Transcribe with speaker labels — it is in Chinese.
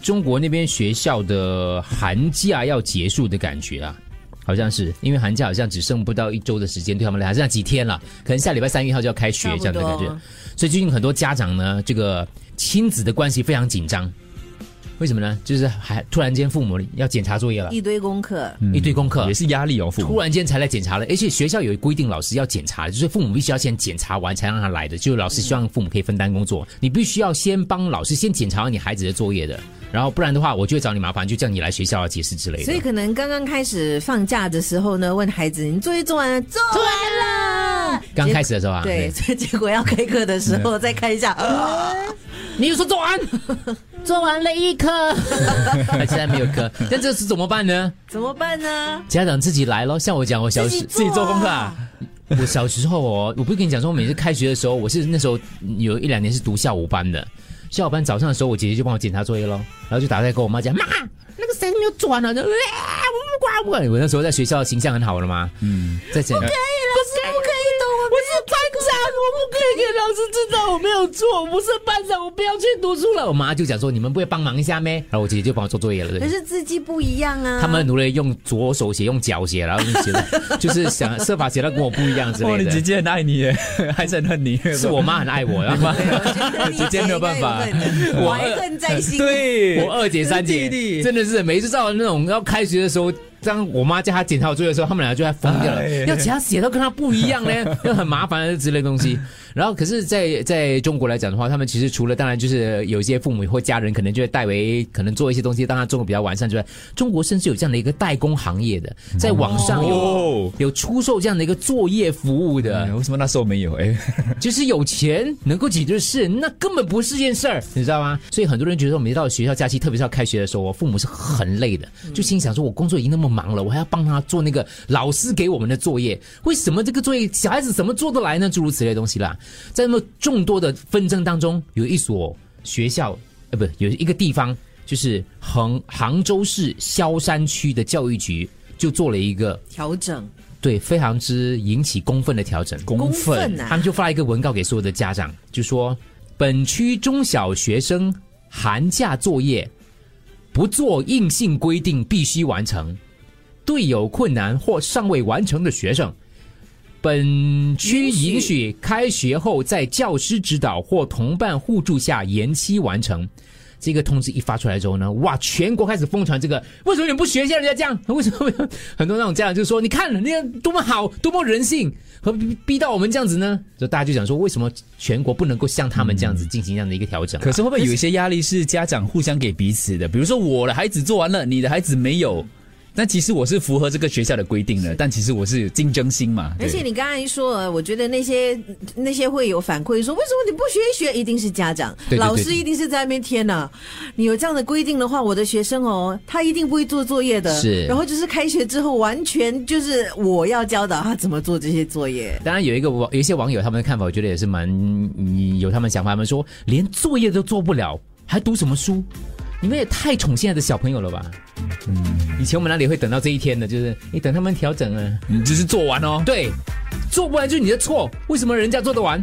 Speaker 1: 中国那边学校的寒假要结束的感觉啊，好像是因为寒假好像只剩不到一周的时间，对他们来讲剩下几天了，可能下礼拜三一号就要开学
Speaker 2: 差不
Speaker 1: 这样的感觉
Speaker 2: 多，
Speaker 1: 所以最近很多家长呢，这个亲子的关系非常紧张，为什么呢？就是还突然间父母要检查作业了，
Speaker 2: 一堆功课，
Speaker 1: 一堆功课
Speaker 3: 也。是压力哦，父
Speaker 1: 突
Speaker 3: 母。
Speaker 1: 然间才来检查了，而且学校有规定，老师要检查，就是父母必须要先检查完才让他来的。就是老师希望父母可以分担工作，你必须要先帮老师先检查完你孩子的作业的，然后不然的话，我就会找你麻烦，就叫你来学校啊解释之类的。
Speaker 2: 所以可能刚刚开始放假的时候呢，问孩子你作业做完了？做完了。
Speaker 1: 刚开始的时候啊，
Speaker 2: 对，，所以结果要开课的时候再看一下，啊
Speaker 1: 你又说做完， 做完了一 科，现在没有 科，但这是怎么办呢？
Speaker 2: 怎么办呢？
Speaker 1: 家长自己来咯，像我讲，我小时
Speaker 2: 自己做啊
Speaker 1: 啊。我小时候哦，我不是跟你讲说，我每次开学的时候，我是那时候有一两年是读下午班的。下午班早上的时候，我姐姐就帮我检查作业咯，然后就打电话跟我妈讲：“妈，那个谁没有做完了。”就、啊、我不管，我不管。我那时候在学校的形象很好了嘛，嗯，在讲。
Speaker 2: 可是不可以懂，我
Speaker 1: 我是班长，我不可以给老师知道我没有做。我不是班长，我不要去读书了。我妈就讲说：“你们不会帮忙一下咩？”然后我姐姐就帮我做作业了。对
Speaker 2: 可是字迹不一样啊。
Speaker 1: 他们努力用左手写，用脚写，然后就写的，就是想设法写到跟我不一样之
Speaker 3: 哇，
Speaker 1: 类
Speaker 3: 哦你姐
Speaker 1: 的。
Speaker 3: 姐很爱你耶， 还是很恨你？
Speaker 1: 是我妈很爱我，然 后
Speaker 2: 你
Speaker 3: 姐姐没有办法
Speaker 2: 应该有恨
Speaker 1: 我
Speaker 2: 怀恨在心。
Speaker 3: 对，
Speaker 1: 我二姐、三姐
Speaker 3: 弟弟
Speaker 1: 真的是每一次到那种要开学的时候，当我妈叫她检查我作业的时候，他们俩就在疯掉了
Speaker 3: 哎，
Speaker 1: 要怎样写到跟她不一样呢？ 又很麻烦之类的东西。然后，可是在，在中国来讲的话，他们其实除了当然就是有一些父母或家人可能就会代为可能做一些东西，当然中国比较完善之外，中国甚至有这样的一个代工行业的，在网上有、
Speaker 3: 哦
Speaker 1: 有出售这样的一个作业服务的。
Speaker 3: 哎为什么那时候没有？ 哎，
Speaker 1: 就是有钱能够解决的事，那根本不是件事儿，你知道吗？所以很多人觉得，我们一到学校假期，特别是要开学的时候，我父母是很累的，就心想说，我工作已经那么忙了，我还要帮他做那个老师给我们的作业，为什么这个作业小孩子怎么做得来呢？诸如此类的东西啦，在那么众多的纷争当中，有一所学校，呃，不，有一个地方，就是杭杭州市萧山区的教育局就做了一个
Speaker 2: 调整
Speaker 1: 对非常之引起公愤的调整。
Speaker 2: 公愤
Speaker 1: 他
Speaker 2: 啊，
Speaker 1: 们就发了一个文告给所有的家长，就说本区中小学生寒假作业不做硬性规定必须完成，对有困难或尚未完成的学生，本区
Speaker 2: 允许
Speaker 1: 允许开学后在教师指导或同伴互助下延期完成。这个通知一发出来之后呢，哇，全国开始疯传这个，为什么你们不学一下人家这样？为什么很多那种家长就说，你看人家多么好，多么人性，何必逼到我们这样子呢？就大家就想说，为什么全国不能够像他们这样子进行这样的一个调整啊、
Speaker 3: 可是会不会有一些压力是家长互相给彼此的？比如说我的孩子做完了，你的孩子没有，但其实我是符合这个学校的规定的，但其实我是有竞争心嘛。对
Speaker 2: 而且你刚才说，呃我觉得那些那些会有反馈说，为什么你不学一学？一定是家长，
Speaker 1: 对对对
Speaker 2: 老师一定是在那边天呐、你有这样的规定的话，我的学生哦，他一定不会做作业的。
Speaker 1: 是
Speaker 2: 然后就是开学之后，完全就是我要教导他怎么做这些作业。
Speaker 1: 当然有一个网有一些网友他们的看法，我觉得也是蛮嗯有他们想法，他们说连作业都做不了，还读什么书？你们也太宠现在的小朋友了吧？以前我们哪里会等到这一天的？就是你等他们调整啊，
Speaker 3: 你只是做完哦。
Speaker 1: 对，做不完就是你的错，为什么人家做得完？